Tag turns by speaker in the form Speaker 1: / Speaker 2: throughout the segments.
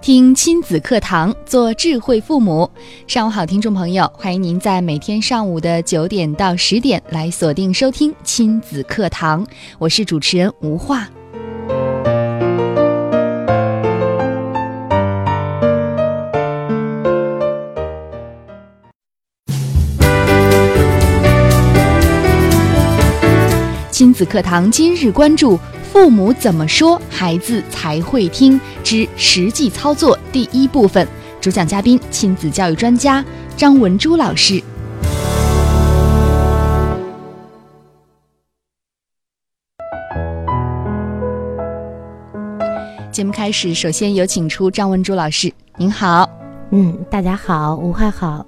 Speaker 1: 听亲子课堂，做智慧父母。上午好，听众朋友，欢迎您在每天上午的九点到十点来锁定收听亲子课堂，我是主持人吴化。亲子课堂今日关注：父母怎么说，孩子才会听之实际操作第一部分。主讲嘉宾：亲子教育专家张文珠老师。节目开始，首先有请出张文珠老师，您好。
Speaker 2: 嗯，大家好，武汉好。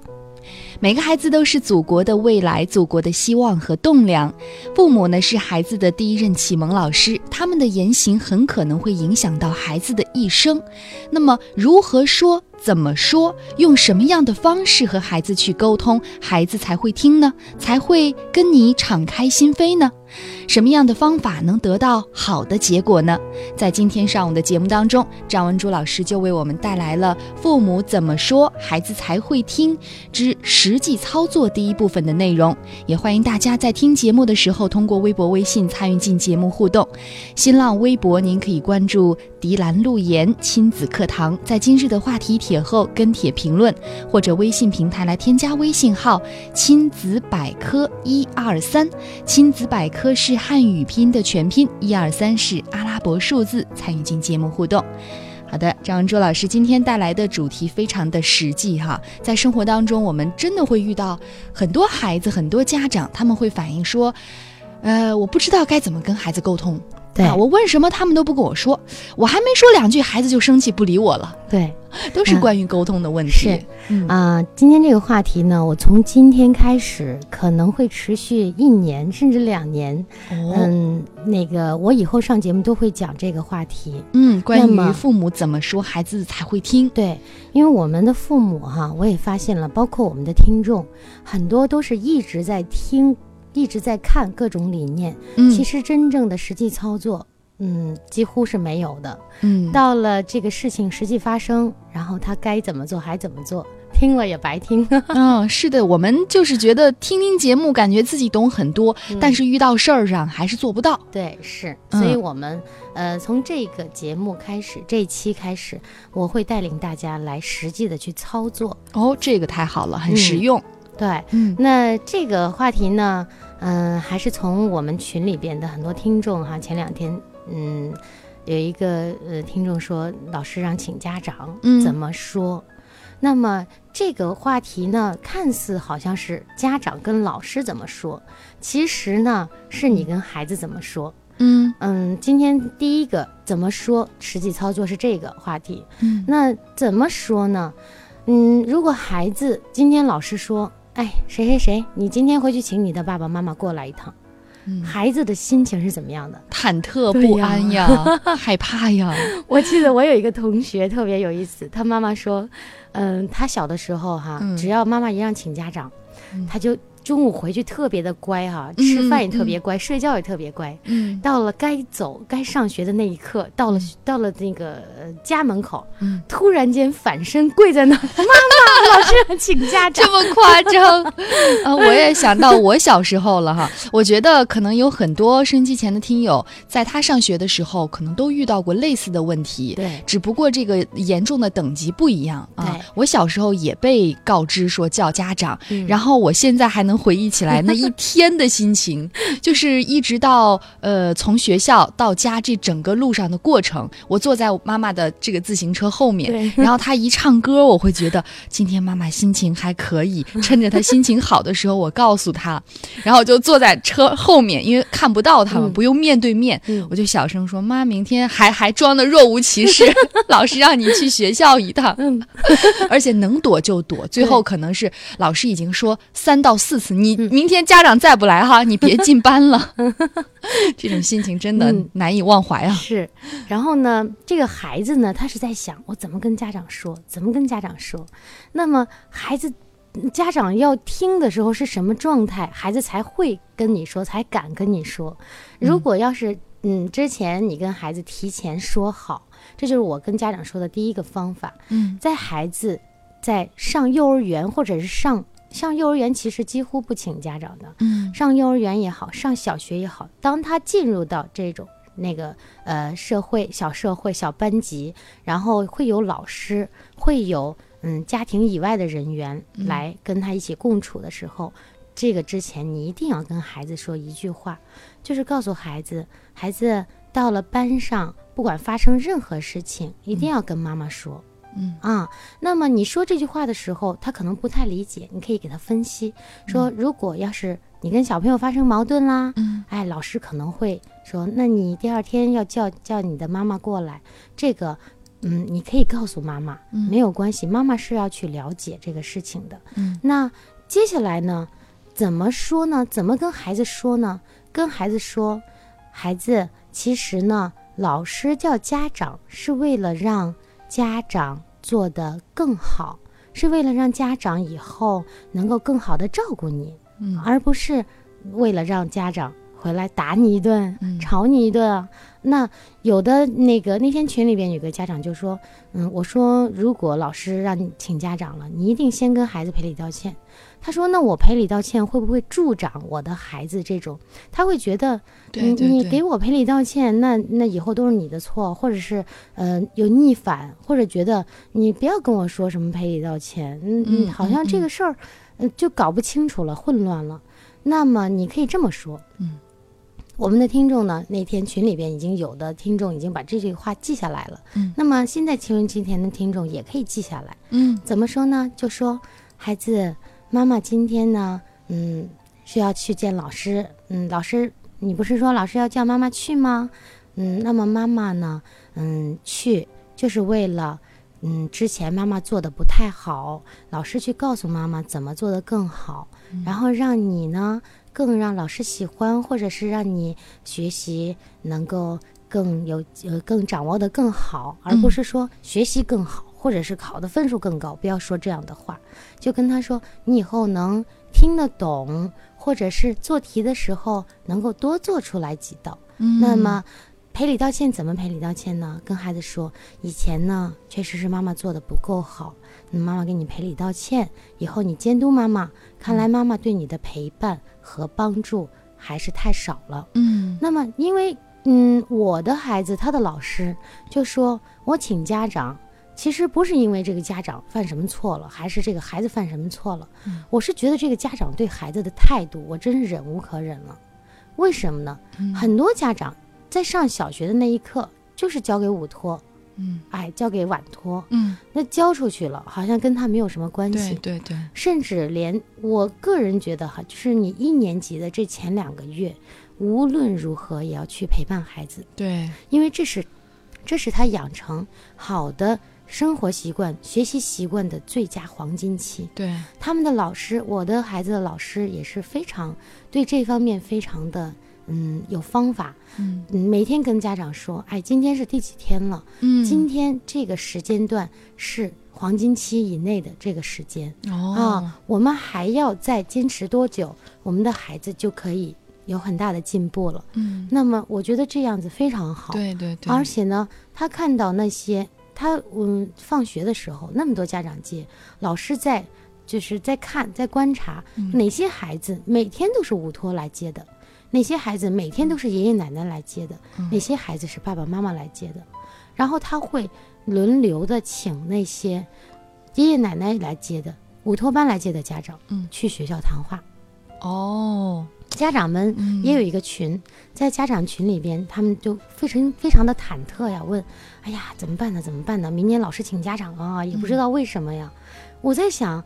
Speaker 1: 每个孩子都是祖国的未来，祖国的希望和栋梁。父母呢是孩子的第一任启蒙老师，他们的言行很可能会影响到孩子的一生。那么，如何说、怎么说、用什么样的方式和孩子去沟通，孩子才会听呢？才会跟你敞开心扉呢？什么样的方法能得到好的结果呢？在今天上午的节目当中，张文珠老师就为我们带来了《父母怎么说，孩子才会听》之实际操作第一部分的内容。也欢迎大家在听节目的时候，通过微博、微信参与进节目互动。新浪微博您可以关注“迪兰路言亲子课堂”，在今日的话题帖后跟帖评论，或者微信平台来添加微信号“亲子百科一二三”，亲子百科是汉语拼音的全拼，一二三是阿拉伯数字，参与进节目互动。好的，张文珠老师今天带来的主题非常的实际哈，在生活当中，我们真的会遇到很多孩子、很多家长，他们会反映说，呃，我不知道该怎么跟孩子沟通，
Speaker 2: 对
Speaker 1: 啊我问什么他们都不跟我说，我还没说两句，孩子就生气不理我了，
Speaker 2: 对，
Speaker 1: 都是
Speaker 2: 嗯
Speaker 1: 关于沟通的问题。
Speaker 2: 是
Speaker 1: 嗯
Speaker 2: 啊、今天这个话题呢，我从今天开始可能会持续一年甚至两年。
Speaker 1: 哦，
Speaker 2: 嗯，那个我以后上节目都会讲这个话题。
Speaker 1: 嗯，关
Speaker 2: 那么
Speaker 1: 于父母怎么说，孩子才会听。
Speaker 2: 对，因为我们的父母哈、我也发现了，包括我们的听众，很多都是一直在听，一直在看各种理念，
Speaker 1: 嗯，
Speaker 2: 其实真正的实际操作，嗯，几乎是没有的。
Speaker 1: 嗯，
Speaker 2: 到了这个事情实际发生，然后他该怎么做还怎么做，听了也白听。
Speaker 1: 嗯，是的，我们就是觉得听听节目，感觉自己懂很多，但是遇到事儿上还是做不到。
Speaker 2: 对，是，
Speaker 1: 嗯
Speaker 2: 所以我们、呃，从这个节目开始，这一期开始，我会带领大家来实际的去操作。
Speaker 1: 哦，这个太好了，很
Speaker 2: 嗯
Speaker 1: 实用。
Speaker 2: 对，
Speaker 1: 嗯
Speaker 2: 那这个话题呢，嗯、还是从我们群里边的很多听众哈，前两天嗯，有一个呃听众说，老师让请家长，
Speaker 1: 嗯
Speaker 2: 怎么说？那么这个话题呢，看似好像是家长跟老师怎么说，其实呢是你跟孩子怎么说。
Speaker 1: 嗯
Speaker 2: 嗯，今天第一个怎么说实际操作是这个话题。
Speaker 1: 嗯
Speaker 2: 那怎么说呢？嗯，如果孩子今天老师说，哎，谁谁谁，你今天回去请你的爸爸妈妈过来一趟，
Speaker 1: 嗯，
Speaker 2: 孩子的心情是怎么样的？
Speaker 1: 忐忑
Speaker 2: 对
Speaker 1: 不
Speaker 2: 呀
Speaker 1: 安呀，嗯 害怕呀。
Speaker 2: 我记得我有一个同学特别有意思，他妈妈 说，嗯，他小的时候哈，
Speaker 1: 嗯
Speaker 2: 只要妈妈一让请家长，
Speaker 1: 嗯
Speaker 2: 他就中午回去特别的乖哈，
Speaker 1: 嗯
Speaker 2: 吃饭也特
Speaker 1: 嗯
Speaker 2: 别乖，睡觉也特别乖。
Speaker 1: 嗯
Speaker 2: 到了该走该上学的那一刻，到了、到了那个呃家门口，
Speaker 1: 嗯
Speaker 2: 突然间反身跪在那 儿，妈妈，老师要请家长
Speaker 1: 这。么夸 张啊！我也想到我小时候了哈。我觉得可能有很多收音机前的听友，在他上学的时候，可能都遇到过类似的问题。
Speaker 2: 对，
Speaker 1: 只不过这个严重的等级不一样啊
Speaker 2: 对。
Speaker 1: 我小时候也被告知说叫家长，
Speaker 2: 嗯
Speaker 1: 然后我现在还能回忆起来那一天的心情， 就是一直到呃从学校到家这整个路上的过程，我坐在我妈妈的这个自行车后面，
Speaker 2: 对，
Speaker 1: 然后她一唱歌，我会觉得今天妈妈心情还可 以。趁着她心情好的时候，我告诉她，然后我就坐在车后面，因为看不到他们，
Speaker 2: 嗯
Speaker 1: 不用面对面，
Speaker 2: 嗯
Speaker 1: 我就小声说：“妈，明天还还装的若无其事， 老师让你去学校 一趟，
Speaker 2: 嗯，
Speaker 1: 而且能躲就躲。最后可能是老师已经说三到四思，你
Speaker 2: 嗯
Speaker 1: 明天家长再不来哈，你别进班 了。这种心情真的
Speaker 2: 嗯
Speaker 1: 难以忘怀啊。
Speaker 2: 是，然后呢，这个孩子呢，他是在想我怎么跟家长说，怎么跟家长说。那么孩子家长要听的时候是什么状态，孩子才会跟你说，才敢跟你说。如果要是嗯，之前你跟孩子提前说好，这就是我跟家长说的第一个方法。
Speaker 1: 嗯
Speaker 2: 在孩子在上幼儿园或者是上上幼儿园，其实几乎不请家长的。
Speaker 1: 嗯
Speaker 2: 上幼儿园也好，上小学也好，当他进入到这种那个呃社会、小社会、小班级，然后会有老师，会有嗯家庭以外的人员
Speaker 1: 嗯
Speaker 2: 来跟他一起共处的时候，这个之前你一定要跟孩子说一句话，就是告诉孩子，孩子到了班上，不管发生任何事情，一定要跟妈妈说。
Speaker 1: 嗯
Speaker 2: 啊，那么你说这句话的时候，他可能不太理解，你可以给他分析，说如果要是你跟小朋友发生矛盾啦，
Speaker 1: 嗯
Speaker 2: 哎，老师可能会说，那你第二天要叫叫你的妈妈过来，这个。嗯，你可以告诉妈妈，
Speaker 1: 嗯
Speaker 2: 没有关系，妈妈是要去了解这个事情的。
Speaker 1: 嗯
Speaker 2: 那接下来呢，怎么说呢？怎么跟孩子说呢？跟孩子说，孩子，其实呢，老师叫家长是为了让家长做得更好，是为了让家长以后能够更好的照顾你，
Speaker 1: 嗯
Speaker 2: 而不是为了让家长回来打你一顿、
Speaker 1: 嗯
Speaker 2: 吵你一顿啊。那有的那个那天群里边有个家长就说，嗯，我说如果老师让你请家长了，你一定先跟孩子赔礼道歉。他说，那我赔礼道歉会不会助长我的孩子这种？他会觉得
Speaker 1: 对对
Speaker 2: 你你
Speaker 1: 对
Speaker 2: 给我赔礼道歉，那那以后都是你的错，或者是呃有逆反，或者觉得你不要跟我说什么赔礼道歉，嗯
Speaker 1: 嗯
Speaker 2: 好像
Speaker 1: 嗯
Speaker 2: 这个事儿、呃就搞不清楚了，混乱了。那么你可以这么说，
Speaker 1: 嗯，
Speaker 2: 我们的听众呢，那天群里边已经有的听众已经把这句话记下来了，
Speaker 1: 嗯
Speaker 2: 那么现在情人节前的听众也可以记下来。
Speaker 1: 嗯
Speaker 2: 怎么说呢？就说孩子，妈妈今天呢，嗯，是要去见老师。嗯，老师，你不是说老师要叫妈妈去吗？嗯，那么妈妈呢，嗯，去就是为了，嗯，之前妈妈做的不太好，老师去告诉妈妈怎么做得更好，然后让你呢更让老师喜欢，或者是让你学习能够更有呃更掌握的更好，而不
Speaker 1: 嗯
Speaker 2: 是说学习更好，或者是考的分数更高，不要说这样的话，就跟他说你以后能听得懂，或者是做题的时候能够多做出来几道。
Speaker 1: 嗯
Speaker 2: 那么赔礼道歉怎么赔礼道歉呢？跟孩子说，以前呢确实是妈妈做的不够好，嗯妈妈给你赔礼道歉，以后你监督妈妈，看来妈妈对你的陪伴和帮助还是太少了。
Speaker 1: 嗯
Speaker 2: 那么，因为嗯，我的孩子他的老师就说我请家长，其实不是因为这个家长犯什么错了，还是这个孩子犯什么错了，
Speaker 1: 嗯
Speaker 2: 我是觉得这个家长对孩子的态度，我真是忍无可忍了。为什么呢？
Speaker 1: 嗯
Speaker 2: 很多家长在上小学的那一刻就是交给午托，
Speaker 1: 嗯
Speaker 2: 哎，交给晚托，
Speaker 1: 嗯
Speaker 2: 那交出去了，好像跟他没有什么关系
Speaker 1: 对。对对
Speaker 2: 甚至连我个人觉得哈，就是你一年级的这前两个月，无论如何也要去陪伴孩子，
Speaker 1: 对
Speaker 2: 因为这是，这是他养成好的生活习惯、学习习惯的最佳黄金期。
Speaker 1: 对
Speaker 2: 他们的老师，我的孩子的老师也是非常对这方面非常的嗯有方法，
Speaker 1: 嗯
Speaker 2: 嗯每天跟家长说，哎，今天是第几天了？
Speaker 1: 嗯
Speaker 2: 今天这个时间段是黄金期以内的这个时间。
Speaker 1: 哦
Speaker 2: 啊，我们还要再坚持多久，我们的孩子就可以有很大的进步了。
Speaker 1: 嗯
Speaker 2: 那么，我觉得这样子非常好。
Speaker 1: 对对对
Speaker 2: 而且呢，他看到那些他嗯，放学的时候那么多家长接，老师在就是在看，在观察、
Speaker 1: 嗯
Speaker 2: 哪些孩子每天都是午托来接的，哪些孩子每天都是爷爷奶奶来接的，
Speaker 1: 嗯
Speaker 2: 哪些孩子是爸爸妈妈来接的，然后他会轮流的请那些爷爷奶奶来接的午托班来接的家长，
Speaker 1: 嗯
Speaker 2: 去学校谈话。
Speaker 1: 哦
Speaker 2: 家长们
Speaker 1: 嗯
Speaker 2: 也有一个群，在家长群里边，他们就非常非常的忐忑呀，问：“哎呀，怎么办呢？怎么办呢？明年老师请家长啊，也不知道为什么呀。我在想，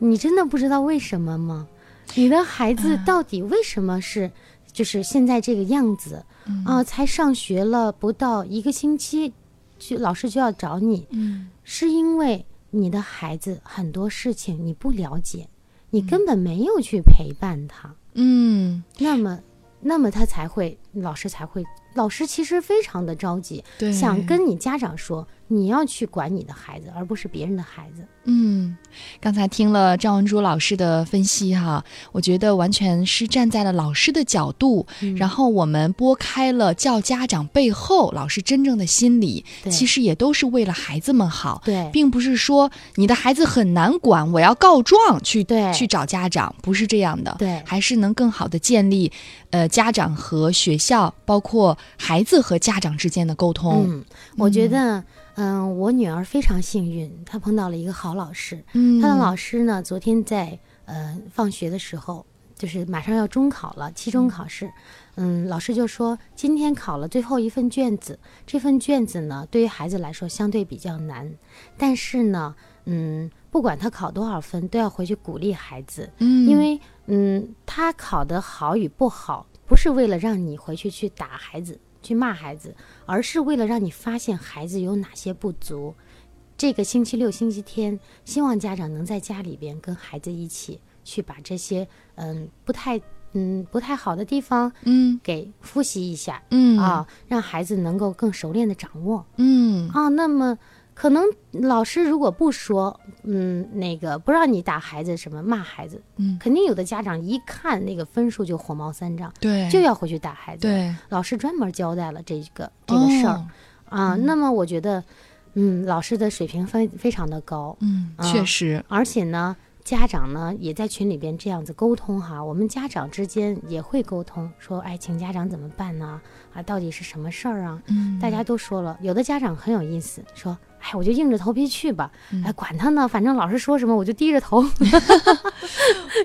Speaker 2: 你真的不知道为什么吗？你的孩子到底为什么是就是现在这个样子啊、才上学了不到一个星期，就老师就要找你，
Speaker 1: 嗯
Speaker 2: 是因为你的孩子很多事情你不了解，你根本没有去陪伴他，
Speaker 1: 嗯，
Speaker 2: 那么，那么他才会，老师才会，老师其实非常的着急，
Speaker 1: 对，
Speaker 2: 想跟你家长说，你要去管你的孩子，而不是别人的孩子。
Speaker 1: 嗯，刚才听了赵文珠老师的分析哈、我觉得完全是站在了老师的角度，嗯
Speaker 2: 嗯
Speaker 1: 然后我们拨开了叫家长背后老师真正的心理，
Speaker 2: 对
Speaker 1: 其实也都是为了孩子们好。
Speaker 2: 对，
Speaker 1: 并不是说你的孩子很难管，我要告状去
Speaker 2: 对
Speaker 1: 去找家长，不是这样的。
Speaker 2: 对
Speaker 1: 还是能更好的建立，呃，家长和学校，包括孩子和家长之间的沟通。
Speaker 2: 嗯，我觉得，嗯、我女儿非常幸运，她碰到了一个好老师。
Speaker 1: 嗯
Speaker 2: 她的老师呢，昨天在呃放学的时候，就是马上要中考了，期中考试。嗯，老师就说今天考了最后一份卷子，这份卷子呢，对于孩子来说相对比较难，但是呢，嗯，不管他考多少分，都要回去鼓励孩子，
Speaker 1: 嗯，
Speaker 2: 因为嗯，他考得好与不好，不是为了让你回去去打孩子、去骂孩子，而是为了让你发现孩子有哪些不足。这个星期六、星期天，希望家长能在家里边跟孩子一起去把这些嗯不太嗯不太好的地方
Speaker 1: 嗯
Speaker 2: 给复习一下
Speaker 1: 嗯
Speaker 2: 啊，让孩子能够更熟练的掌握。
Speaker 1: 嗯
Speaker 2: 啊，那么可能老师如果不说，嗯，那个不让你打孩子什么骂孩子，
Speaker 1: 嗯
Speaker 2: 肯定有的家长一看那个分数就火冒三丈，
Speaker 1: 对，
Speaker 2: 就要回去打孩子。，
Speaker 1: 对
Speaker 2: 老师专门交代了这个这个事儿、
Speaker 1: 哦
Speaker 2: 啊。那么我觉得，嗯，老师的水平非非常的高，
Speaker 1: 嗯，
Speaker 2: 啊
Speaker 1: 确实，
Speaker 2: 而且呢。家长呢也在群里边这样子沟通哈，我们家长之间也会沟通，说哎，请家长怎么办呢？啊，到底是什么事儿啊？
Speaker 1: 嗯，
Speaker 2: 大家都说了，有的家长很有意思，说：“哎，我就硬着头皮去吧，
Speaker 1: 嗯
Speaker 2: 哎，管他呢，反正老师说什么我就低着头。”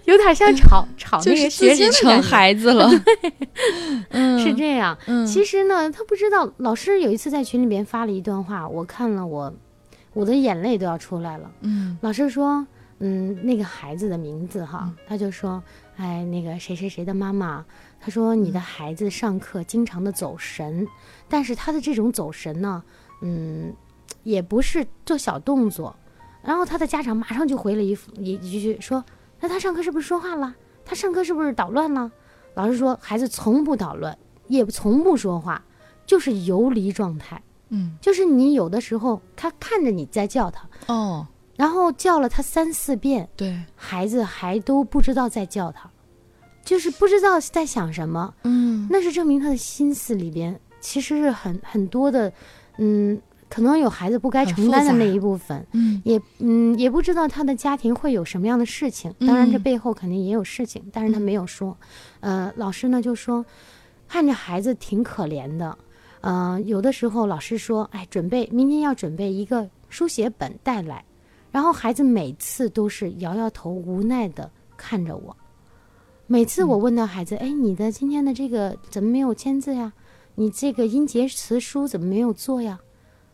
Speaker 2: 有点像吵吵
Speaker 1: 就
Speaker 2: 那个
Speaker 1: 是
Speaker 2: 学
Speaker 1: 自己
Speaker 2: 生的
Speaker 1: 成
Speaker 2: 感觉，
Speaker 1: 孩子 了，嗯，
Speaker 2: 是这样。
Speaker 1: 嗯，
Speaker 2: 其实呢，他不知道，老师有一次在群里边发了一段话，我看了我，我的眼泪都要出来了。
Speaker 1: 嗯
Speaker 2: 老师说，嗯，那个孩子的名字哈，他就说，哎，那个谁谁谁的妈妈，他说你的孩子上课经常的走神，但是他的这种走神呢，嗯，也不是做小动作，然后他的家长马上就回了一副一一句说，那他上课是不是说话了？他上课是不是捣乱了？老师说，孩子从不捣乱，也从不说话，就是游离状态，
Speaker 1: 嗯
Speaker 2: 就是你有的时候他看着你在叫他。
Speaker 1: 哦，
Speaker 2: 然后叫了他三四遍，
Speaker 1: 对，
Speaker 2: 孩子还都不知道在叫他，就是不知道在想什么。
Speaker 1: 嗯
Speaker 2: 那是证明他的心思里边其实是很很多的，嗯，可能有孩子不该
Speaker 1: 很
Speaker 2: 承担的
Speaker 1: 复杂
Speaker 2: 那一部分，
Speaker 1: 嗯
Speaker 2: 也嗯也不知道他的家庭会有什么样的事情。当然，这
Speaker 1: 嗯
Speaker 2: 背后肯定也有事情，但是他没有说。呃，老师呢就说，看着孩子挺可怜的。呃，有的时候老师说，哎，准备明天要准备一个书写本带来，然后孩子每次都是摇摇头，无奈的看着我。每次
Speaker 1: 嗯
Speaker 2: 我问到孩子，哎，你的今天的这个怎么没有签字呀？你这个音节词书怎么没有做呀？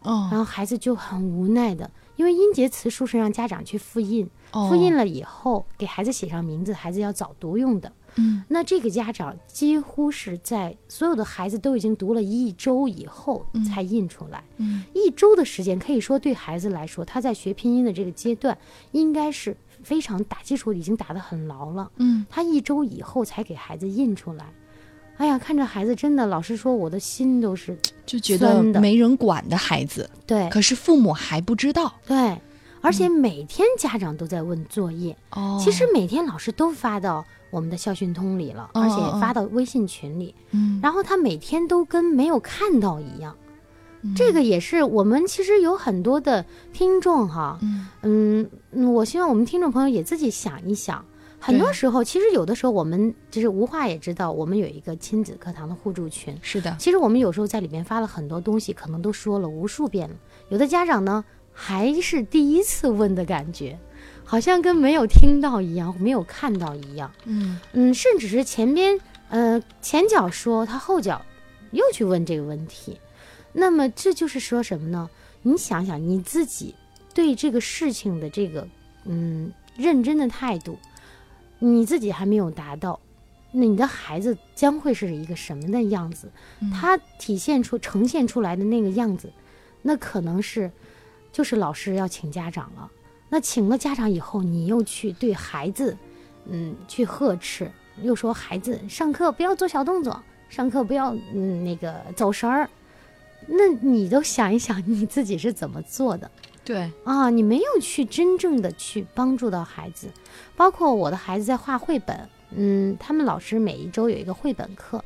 Speaker 2: 然
Speaker 1: 哦
Speaker 2: 后孩子就很无奈的，因为音节词书是让家长去复印，
Speaker 1: 哦，
Speaker 2: 复印了以后给孩子写上名字，孩子要早读用的。
Speaker 1: 嗯
Speaker 2: 那这个家长几乎是在所有的孩子都已经读了一周以后才印出来，
Speaker 1: 嗯
Speaker 2: 一周的时间可以说对孩子来说，他在学拼音的这个阶段应该是非常打基础已经打得很牢了。
Speaker 1: 嗯
Speaker 2: 他一周以后才给孩子印出来。哎呀，看着孩子，真的，老师说我的心都是
Speaker 1: 就觉得
Speaker 2: 酸的
Speaker 1: 没人管的孩子，
Speaker 2: 对
Speaker 1: 可是父母还不知道
Speaker 2: 对，而且每天家长都在问作业，
Speaker 1: 嗯哦。
Speaker 2: 其实每天老师都发到我们的校讯通里了，
Speaker 1: 哦
Speaker 2: 而且也发到微信群里，
Speaker 1: 嗯，
Speaker 2: 然后他每天都跟没有看到一样。
Speaker 1: 嗯
Speaker 2: 这个也是我们其实有很多的听众哈，
Speaker 1: 嗯
Speaker 2: 嗯嗯，我希望我们听众朋友也自己想一想。很多
Speaker 1: 对
Speaker 2: 时候，其实有的时候我们就是无话也知道，我们有一个亲子课堂的互助群，
Speaker 1: 是的，
Speaker 2: 其实我们有时候在里面发了很多东西，可能都说了无数遍了。有的家长呢，还是第一次问的感觉，好像跟没有听到一样，没有看到一样。
Speaker 1: 嗯
Speaker 2: 嗯，甚至是前边呃前脚说，他后脚又去问这个问题。那么这就是说什么呢？你想想你自己对这个事情的这个嗯认真的态度，你自己还没有达到，那你的孩子将会是一个什么的样子？他体现出呈现出来的那个样子，那可能是就是老师要请家长了。那请了家长以后，你又去对孩子嗯去呵斥，又说孩子上课不要做小动作，上课不要嗯那个走神儿。那你都想一想你自己是怎么做的
Speaker 1: 对，
Speaker 2: 啊？你没有去真正的去帮助到孩子，包括我的孩子在画绘本，嗯，他们老师每一周有一个绘本课，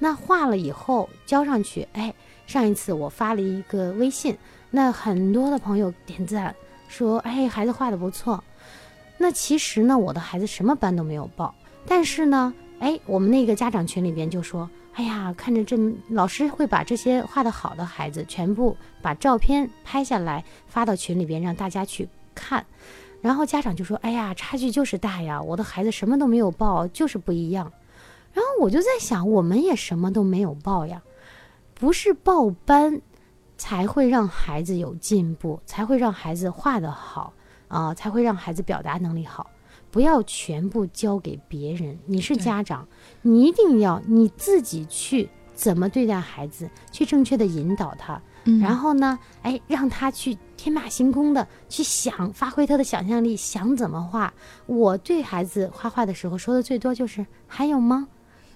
Speaker 2: 那画了以后交上去，哎，上一次我发了一个微信，那很多的朋友点赞说，哎，孩子画的不错。那其实呢，我的孩子什么班都没有报，但是呢，哎，我们那个家长群里边就说，哎呀，看着这老师会把这些画的好的孩子全部把照片拍下来发到群里边让大家去看。然后家长就说：“哎呀，差距就是大呀，我的孩子什么都没有报，就是不一样。”然后我就在想，我们也什么都没有报呀，不是报班才会让孩子有进步，才会让孩子画得好啊、才会让孩子表达能力好。不要全部交给别人，你是
Speaker 1: 对
Speaker 2: 家长，你一定要你自己去怎么对待孩子，去正确的引导他，
Speaker 1: 嗯
Speaker 2: 然后呢，哎，让他去天马行空的去想，发挥他的想象力，想怎么画。我对孩子画画的时候说的最多就是还有吗？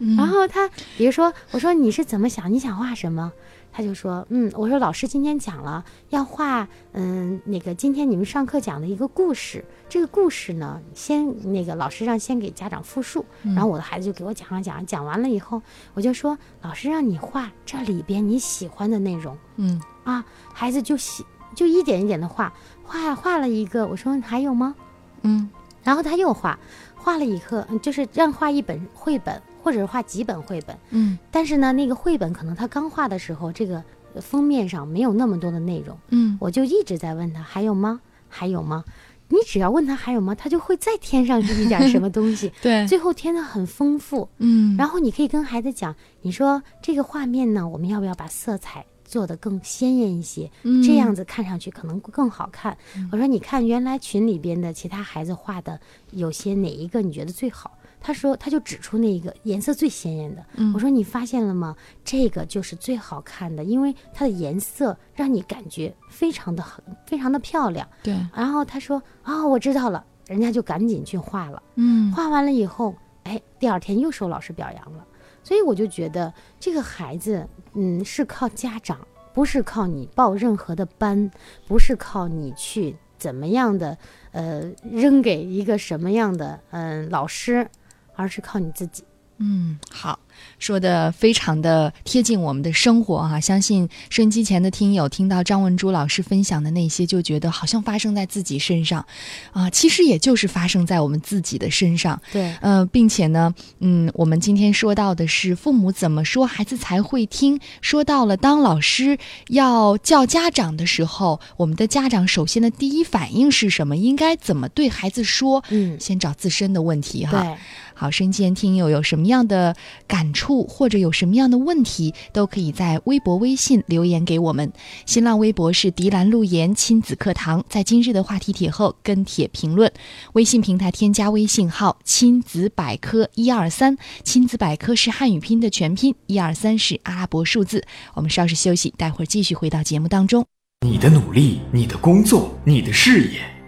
Speaker 1: 嗯
Speaker 2: 然后他比如说我说你是怎么想，你想画什么？他就说嗯，我说老师今天讲了要画嗯那个今天你们上课讲的一个故事，这个故事呢先那个老师让先给家长复述，然后我的孩子就给我讲啊讲啊，讲完了以后我就说老师让你画这里边你喜欢的内容。
Speaker 1: 嗯
Speaker 2: 啊，孩子就写就一点一点的画，画画了一个，我说还有吗？
Speaker 1: 嗯
Speaker 2: 然后他又画，画了一个，嗯就是让画一本绘本，或者是画几本绘本。
Speaker 1: 嗯
Speaker 2: 但是呢，那个绘本可能他刚画的时候，这个封面上没有那么多的内容，
Speaker 1: 嗯，
Speaker 2: 我就一直在问他还有吗？还有吗？你只要问他还有吗，他就会再添上一点什么东西
Speaker 1: 对，
Speaker 2: 最后添的很丰富。
Speaker 1: 嗯
Speaker 2: 然
Speaker 1: 后
Speaker 2: 后你可以跟孩子讲，你说这个画面呢，我们要不要把色彩做得更鲜艳一些？
Speaker 1: 嗯
Speaker 2: 这样子看上去可能更好看。我说，你看原来群里边的其他孩子画的，有些哪一个你觉得最好？他说，他就指出那一个颜色最鲜艳的。
Speaker 1: 嗯
Speaker 2: 我说，你发现了吗？这个就是最好看的，因为它的颜色让你感觉非常的很，非常的漂亮。
Speaker 1: 对，
Speaker 2: 然后他说，哦，我知道了，人家就赶紧去画了。
Speaker 1: 嗯
Speaker 2: 画完了以后，哎，第二天又受老师表扬了。所以我就觉得这个孩子，嗯，是靠家长，不是靠你报任何的班，不是靠你去怎么样的，呃，扔给一个什么样的，嗯、老师，而是靠你自己。
Speaker 1: 嗯，好，说的非常的贴近我们的生活哈、相信收音机前的听友听到张文珠老师分享的那些，就觉得好像发生在自己身上，啊、其实也就是发生在我们自己的身上。
Speaker 2: 对，
Speaker 1: 呃，并且呢，嗯，我们今天说到的是父母怎么说，孩子才会听。说到了当老师要叫家长的时候，我们的家长首先的第一反应是什么？应该怎么对孩子说？
Speaker 2: 嗯，
Speaker 1: 先找自身的问题哈。
Speaker 2: 对，
Speaker 1: 好，身前听友有什么样的感触或者有什么样的问题，都可以在微博、微信留言给我们。新浪微博是迪兰路言亲子课堂，在今日的话题帖后跟帖评论。微信平台添加微信号“亲子百科一二三”，亲子百科是汉语拼的全拼，一二三是阿拉伯数字。我们稍事休息，待会儿继续回到节目当中。
Speaker 3: 你的努力，你的工作，你的事业，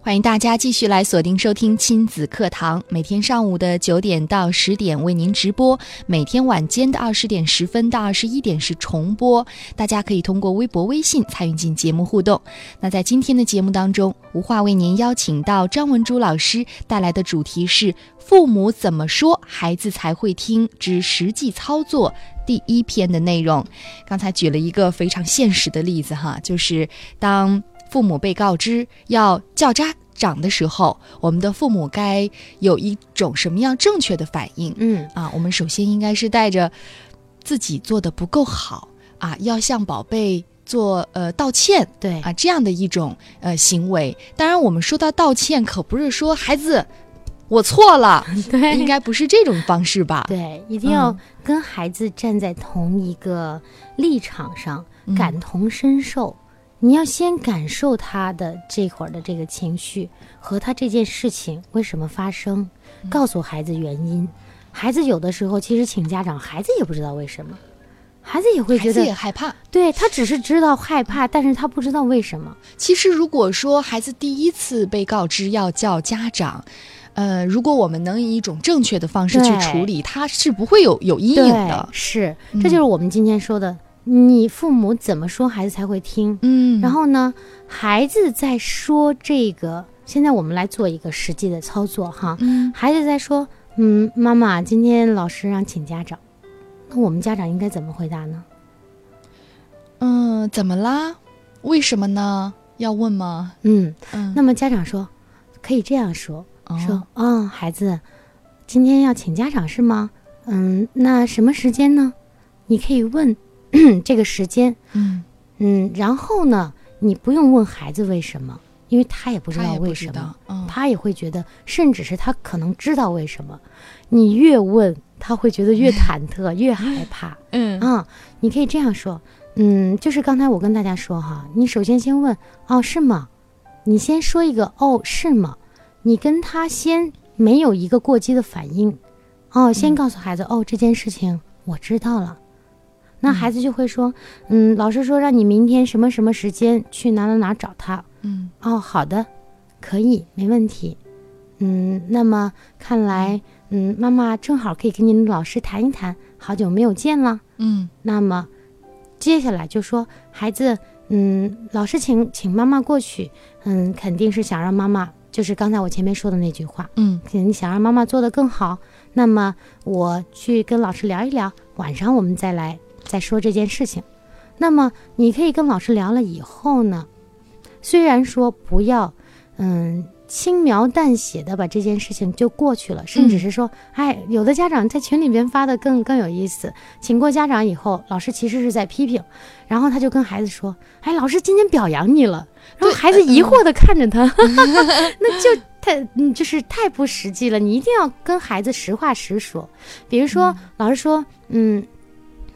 Speaker 1: 欢迎大家继续来锁定收听亲子课堂，每天上午的九点到十点为您直播，每天晚间的二十点十分到二十一点是重播。大家可以通过微博、微信参与进节目互动。那在今天的节目当中，吴话为您邀请到张文珠老师带来的主题是“父母怎么说，孩子才会听之实际操作”。第一篇的内容，刚才举了一个非常现实的例子哈，就是当父母被告知要叫家长的时候，我们的父母该有一种什么样正确的反应
Speaker 2: 嗯
Speaker 1: 啊？我们首先应该是带着自己做的不够好啊，要向宝贝做呃道歉，
Speaker 2: 对
Speaker 1: 啊这样的一种呃行为。当然，我们说到道歉，可不是说孩子我错了，
Speaker 2: 对
Speaker 1: 应该不是这种方式吧？
Speaker 2: 对，一定要
Speaker 1: 嗯
Speaker 2: 跟孩子站在同一个立场上，
Speaker 1: 嗯
Speaker 2: 感同身受。你要先感受他的这会儿的这个情绪和他这件事情为什么发生，
Speaker 1: 嗯
Speaker 2: 告诉孩子原因。孩子有的时候其实请家长，孩子也不知道为什么，孩子也会
Speaker 1: 孩
Speaker 2: 觉
Speaker 1: 子也
Speaker 2: 得，
Speaker 1: 害怕。
Speaker 2: 对他只是知道害怕，但是他不知道为什么。
Speaker 1: 其实，如果说孩子第一次被告知要叫家长，呃，如果我们能以一种正确的方式去
Speaker 2: 对
Speaker 1: 处理，他是不会有有阴影的
Speaker 2: 对，。是，
Speaker 1: 嗯
Speaker 2: 这就是我们今天说的，你父母怎么说，孩子才会听。
Speaker 1: 嗯，
Speaker 2: 然后呢，孩子在说这个，现在我们来做一个实际的操作哈。
Speaker 1: 嗯，
Speaker 2: 孩子在说，嗯，妈妈，今天老师让请家长，那我们家长应该怎么回答呢？
Speaker 1: 嗯，怎么啦？为什么呢？要问吗？
Speaker 2: 嗯，
Speaker 1: 嗯，
Speaker 2: 那么家长说，可以这样说，
Speaker 1: 哦
Speaker 2: 说，嗯、孩子，今天要请家长是吗？嗯，那什么时间呢？你可以问 这个时间，
Speaker 1: 嗯，
Speaker 2: 嗯，然后呢，你不用问孩子为什么，因为他也不知
Speaker 1: 他
Speaker 2: 道
Speaker 1: 也不
Speaker 2: 为
Speaker 1: 知
Speaker 2: 什么
Speaker 1: 道。，嗯，
Speaker 2: 他也会觉得，甚至是他可能知道为什么。你越问，他会觉得越忐忑，越害怕。
Speaker 1: 嗯
Speaker 2: 啊、你可以这样说，嗯，就是刚才我跟大家说哈，你首先先问，哦，是吗？你先说一个，哦，是吗？你跟他先没有一个过激的反应，
Speaker 1: 嗯
Speaker 2: 哦，先告诉孩子，哦，这件事情我知道了。那孩子就会说，嗯，老师说让你明天什么什么时间去哪哪哪找他，
Speaker 1: 嗯
Speaker 2: 哦，好的，可以，没问题。嗯，那么看来，嗯，妈妈正好可以跟您老师谈一谈，好久没有见了。
Speaker 1: 嗯
Speaker 2: 那么接下来就说，孩子，嗯，老师请请妈妈过去，嗯，肯定是想让妈妈，就是刚才我前面说的那句话，
Speaker 1: 嗯
Speaker 2: 肯定想让妈妈做得更好。那么我去跟老师聊一聊，晚上我们再来再说这件事情。那么你可以跟老师聊了以后呢，虽然说不要，嗯。轻描淡写的把这件事情就过去了，甚至是说，哎，有的家长在群里边发的更更有意思。请过家长以后，老师其实是在批评，然后他就跟孩子说，哎，老师今天表扬你了。然后
Speaker 1: 对
Speaker 2: 孩子疑惑的看着他，那就太嗯，就是太不实际了。你一定要跟孩子实话实说。比如说，老师说，嗯，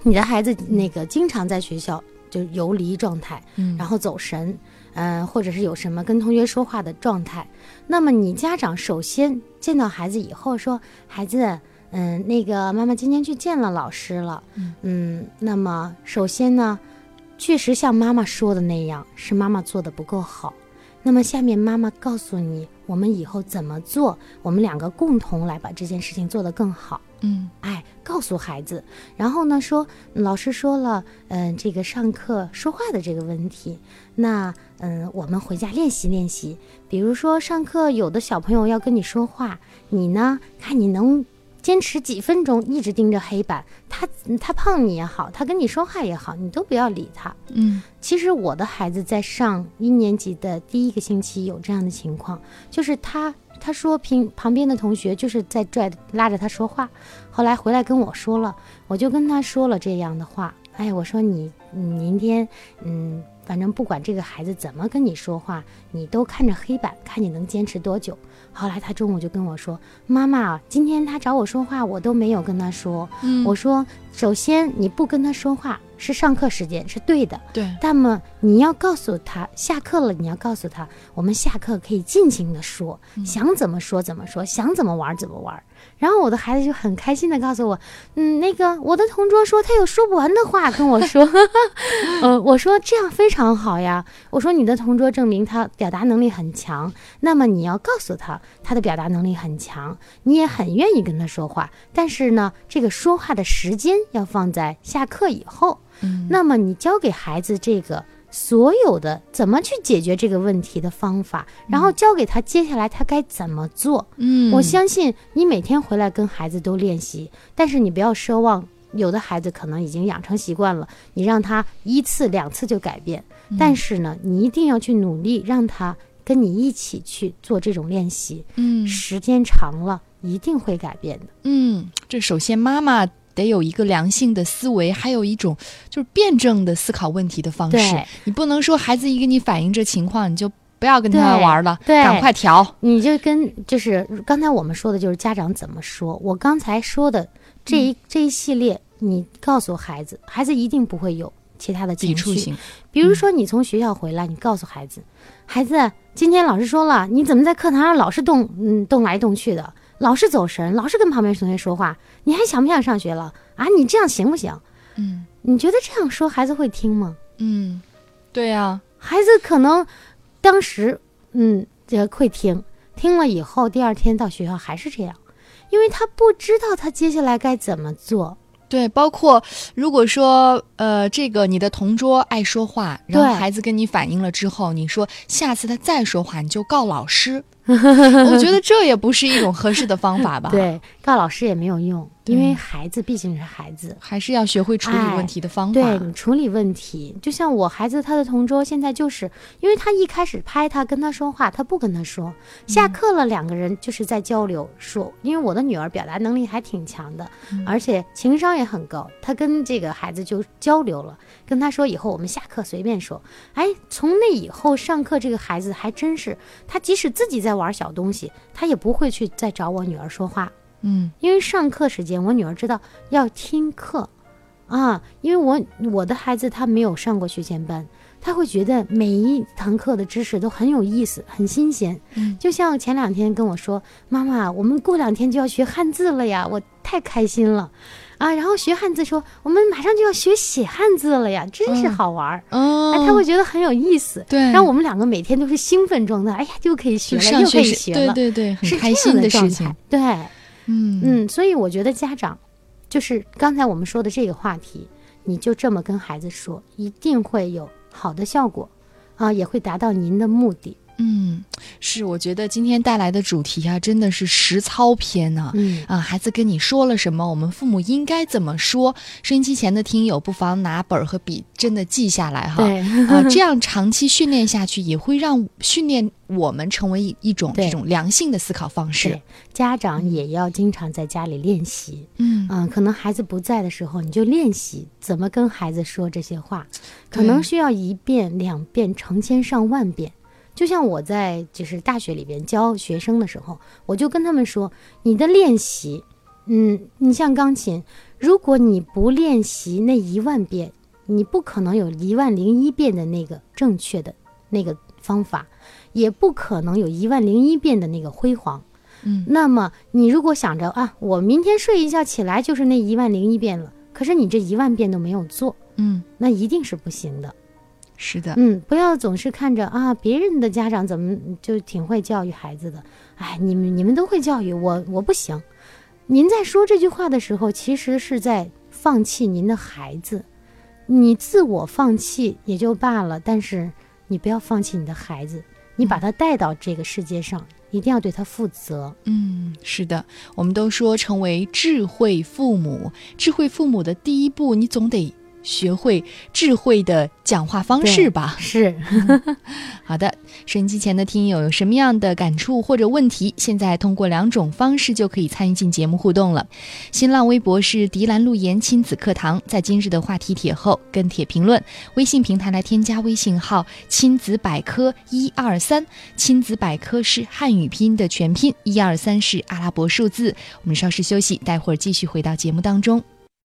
Speaker 2: 你的孩子那个经常在学校就游离状态，
Speaker 1: 嗯，
Speaker 2: 然后走神，嗯、或者是有什么跟同学说话的状态。那么你家长首先见到孩子以后说，孩子。嗯，那个妈妈今天去见了老师了。
Speaker 1: 嗯
Speaker 2: 那么首先呢，确实像妈妈说的那样，是妈妈做的不够好。那么下面妈妈告诉你，我们以后怎么做，我们两个共同来把这件事情做得更好。
Speaker 1: 嗯
Speaker 2: 哎，告诉孩子，然后呢说老师说了，嗯、这个上课说话的这个问题，那嗯、我们回家练习练习。比如说上课有的小朋友要跟你说话，你呢看你能坚持几分钟，一直盯着黑板，他他碰你也好，他跟你说话也好，你都不要理他。
Speaker 1: 嗯
Speaker 2: 其实我的孩子在上一年级的第一个星期有这样的情况，就是他他说平旁边的同学就是在拽拉着他说话，后来回来跟我说了，我就跟他说了这样的话，哎，我说你你明天嗯，反正不管这个孩子怎么跟你说话，你都看着黑板，看你能坚持多久。后来他中午就跟我说，妈妈，今天他找我说话，我都没有跟他说。
Speaker 1: 嗯，
Speaker 2: 我说，首先你不跟他说话是上课时间是对的。
Speaker 1: 对，
Speaker 2: 那么你要告诉他，下课了，你要告诉他，我们下课可以尽情的说，想怎么说怎么说，想怎么玩怎么玩。然后我的孩子就很开心的告诉我，嗯，那个我的同桌说他有说不完的话跟我说， 呃，我说这样非常好呀，我说你的同桌证明他表达能力很强，那么你要告诉他他的表达能力很强，你也很愿意跟他说话，但是呢，这个说话的时间要放在下课以后。
Speaker 1: 嗯
Speaker 2: 那么你教给孩子这个所有的怎么去解决这个问题的方法，然后教给他接下来他该怎么做。
Speaker 1: 嗯，
Speaker 2: 我相信你每天回来跟孩子都练习，但是你不要奢望。有的孩子可能已经养成习惯了，
Speaker 1: 嗯
Speaker 2: 你让他一次两次就改变，但是呢，你一定要去努力让他跟你一起去做这种练习，
Speaker 1: 嗯
Speaker 2: 时间长了一定会改变的。
Speaker 1: 嗯，这首先妈妈得有一个良性的思维，还有一种就是辩证的思考问题的方式
Speaker 2: 对。
Speaker 1: 你不能说孩子一给你反映这情况，你就不要跟他
Speaker 2: 对
Speaker 1: 玩了，
Speaker 2: 对
Speaker 1: 赶快调。
Speaker 2: 你就跟就是刚才我们说的，就是家长怎么说。我刚才说的这
Speaker 1: 嗯
Speaker 2: 一、这一系列，你告诉孩子，孩子一定不会有其他的
Speaker 1: 抵
Speaker 2: 情
Speaker 1: 触
Speaker 2: 绪。
Speaker 1: 性，
Speaker 2: 比如说你从学校回来，你告诉孩子，孩子，啊今天老师说了，你怎么在课堂上老是动嗯动来动去的，老是走神，老是跟旁边同学说话，你还想不想上学了啊？你这样行不行？
Speaker 1: 嗯
Speaker 2: 你觉得这样说孩子会听吗？
Speaker 1: 嗯，对呀、
Speaker 2: 孩子可能当时嗯这会听，听了以后第二天到学校还是这样，因为他不知道他接下来该怎么做。
Speaker 1: 对，包括如果说呃，这个你的同桌爱说话，然后
Speaker 2: 对
Speaker 1: 孩子跟你反映了之后，你说下次他再说话，你就告老 师。我觉得这也不是一种合适的方法吧。，
Speaker 2: 对，告老师也没有用，
Speaker 1: 对
Speaker 2: 因为孩子毕竟是孩子。
Speaker 1: 还是要学会处理
Speaker 2: 哎
Speaker 1: 问题的方法。
Speaker 2: 对你处理问题，就像我孩子他的同桌，现在就是因为他一开始拍他跟他说话，他不跟他说，下
Speaker 1: 嗯
Speaker 2: 课了两个人就是在交流说，因为我的女儿表达能力还挺强的，
Speaker 1: 嗯
Speaker 2: 而且情商也很高，她跟这个孩子就交流了，跟他说以后我们下课随便说，哎，从那以后上课这个孩子还真是，他即使自己在玩小东西，他也不会去再找我女儿说话，
Speaker 1: 嗯，
Speaker 2: 因为上课时间，我女儿知道要听课，啊，因为我我的孩子他没有上过学前班，他会觉得每一堂课的知识都很有意思，很新鲜。
Speaker 1: 嗯
Speaker 2: 就像前两天跟我说，妈妈，我们过两天就要学汉字了呀，我太开心了，啊，然后学汉字说我们马上就要学写汉字了呀，真是
Speaker 1: 嗯
Speaker 2: 好玩儿。
Speaker 1: 哦，
Speaker 2: 哎，他会觉得很有意思，
Speaker 1: 对，
Speaker 2: 让我们两个每天都是兴奋状态。哎呀，又可以学
Speaker 1: 就
Speaker 2: 了，
Speaker 1: 上
Speaker 2: 又可
Speaker 1: 学
Speaker 2: 以
Speaker 1: 时
Speaker 2: 学
Speaker 1: 对
Speaker 2: 了，
Speaker 1: 对对，很
Speaker 2: 是
Speaker 1: 开
Speaker 2: 这
Speaker 1: 心
Speaker 2: 样
Speaker 1: 的
Speaker 2: 状
Speaker 1: 事
Speaker 2: 态
Speaker 1: 情。。
Speaker 2: 对，
Speaker 1: 嗯
Speaker 2: 嗯，所以我觉得家长就是刚才我们说的这个话题，你就这么跟孩子说，一定会有好的效果，啊，也会达到您的目的。
Speaker 1: 嗯，是，我觉得今天带来的主题啊，真的是实操篇呢、
Speaker 2: 嗯，
Speaker 1: 啊，孩子跟你说了什么，我们父母应该怎么说？收音机前的听友不妨拿本儿和笔，真的记下来哈。
Speaker 2: 对，
Speaker 1: 啊，这样长期训练下去，也会让训练我们成为一一种
Speaker 2: 对
Speaker 1: 这种良性的思考方式
Speaker 2: 对。家长也要经常在家里练习，
Speaker 1: 嗯，
Speaker 2: 嗯、可能孩子不在的时候，你就练习怎么跟孩子说这些话，可能
Speaker 1: 对
Speaker 2: 需要一遍、两遍、成千上万遍。就像我在就是大学里边教学生的时候，我就跟他们说，你的练习，嗯，你像钢琴，如果你不练习那一万遍，你不可能有一万零一遍的那个正确的那个方法，也不可能有一万零一遍的那个辉煌。
Speaker 1: 嗯
Speaker 2: 那么你如果想着啊，我明天睡一觉起来就是那一万零一遍了，可是你这一万遍都没有做，
Speaker 1: 嗯，
Speaker 2: 那一定是不行的。
Speaker 1: 是的，
Speaker 2: 嗯，不要总是看着啊，别人的家长怎么就挺会教育孩子的，哎，你们你们都会教育我，我不行。您在说这句话的时候，其实是在放弃您的孩子。你自我放弃也就罢了，但是你不要放弃你的孩子，你把他带到这个世界上，一定要对他负责。
Speaker 1: 嗯，是的，我们都说成为智慧父母，智慧父母的第一步，你总得学会智慧的讲话方式吧。
Speaker 2: 是，
Speaker 1: 好的，收音机前的听友有什么样的感触或者问题，现在通过两种方式就可以参与进节目互动了。新浪微博是迪兰路言亲子课堂，在今日的话题帖后跟帖评论。微信平台来添加微信号“亲子百科一二三”，亲子百科是汉语拼音的全拼，一二三是阿拉伯数字。我们稍事休息，待会儿继续回到节目当中。